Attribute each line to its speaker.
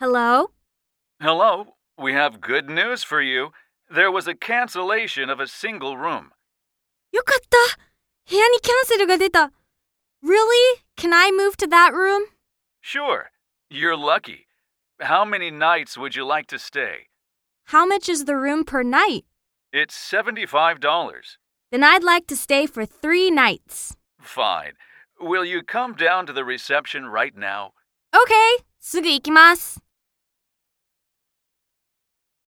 Speaker 1: Hello?
Speaker 2: Hello, we have good news for you. There was a cancellation of a single room.
Speaker 1: よかった部屋にキャンセルが出た Really? Can I move to that room?
Speaker 2: Sure, you're lucky. How many nights would you like to stay?
Speaker 1: How much is the room per night?
Speaker 2: It's $75.
Speaker 1: Then I'd like to stay for three nights.
Speaker 2: Fine. Will you come down to the reception right now?
Speaker 1: Okay! すぐ行きます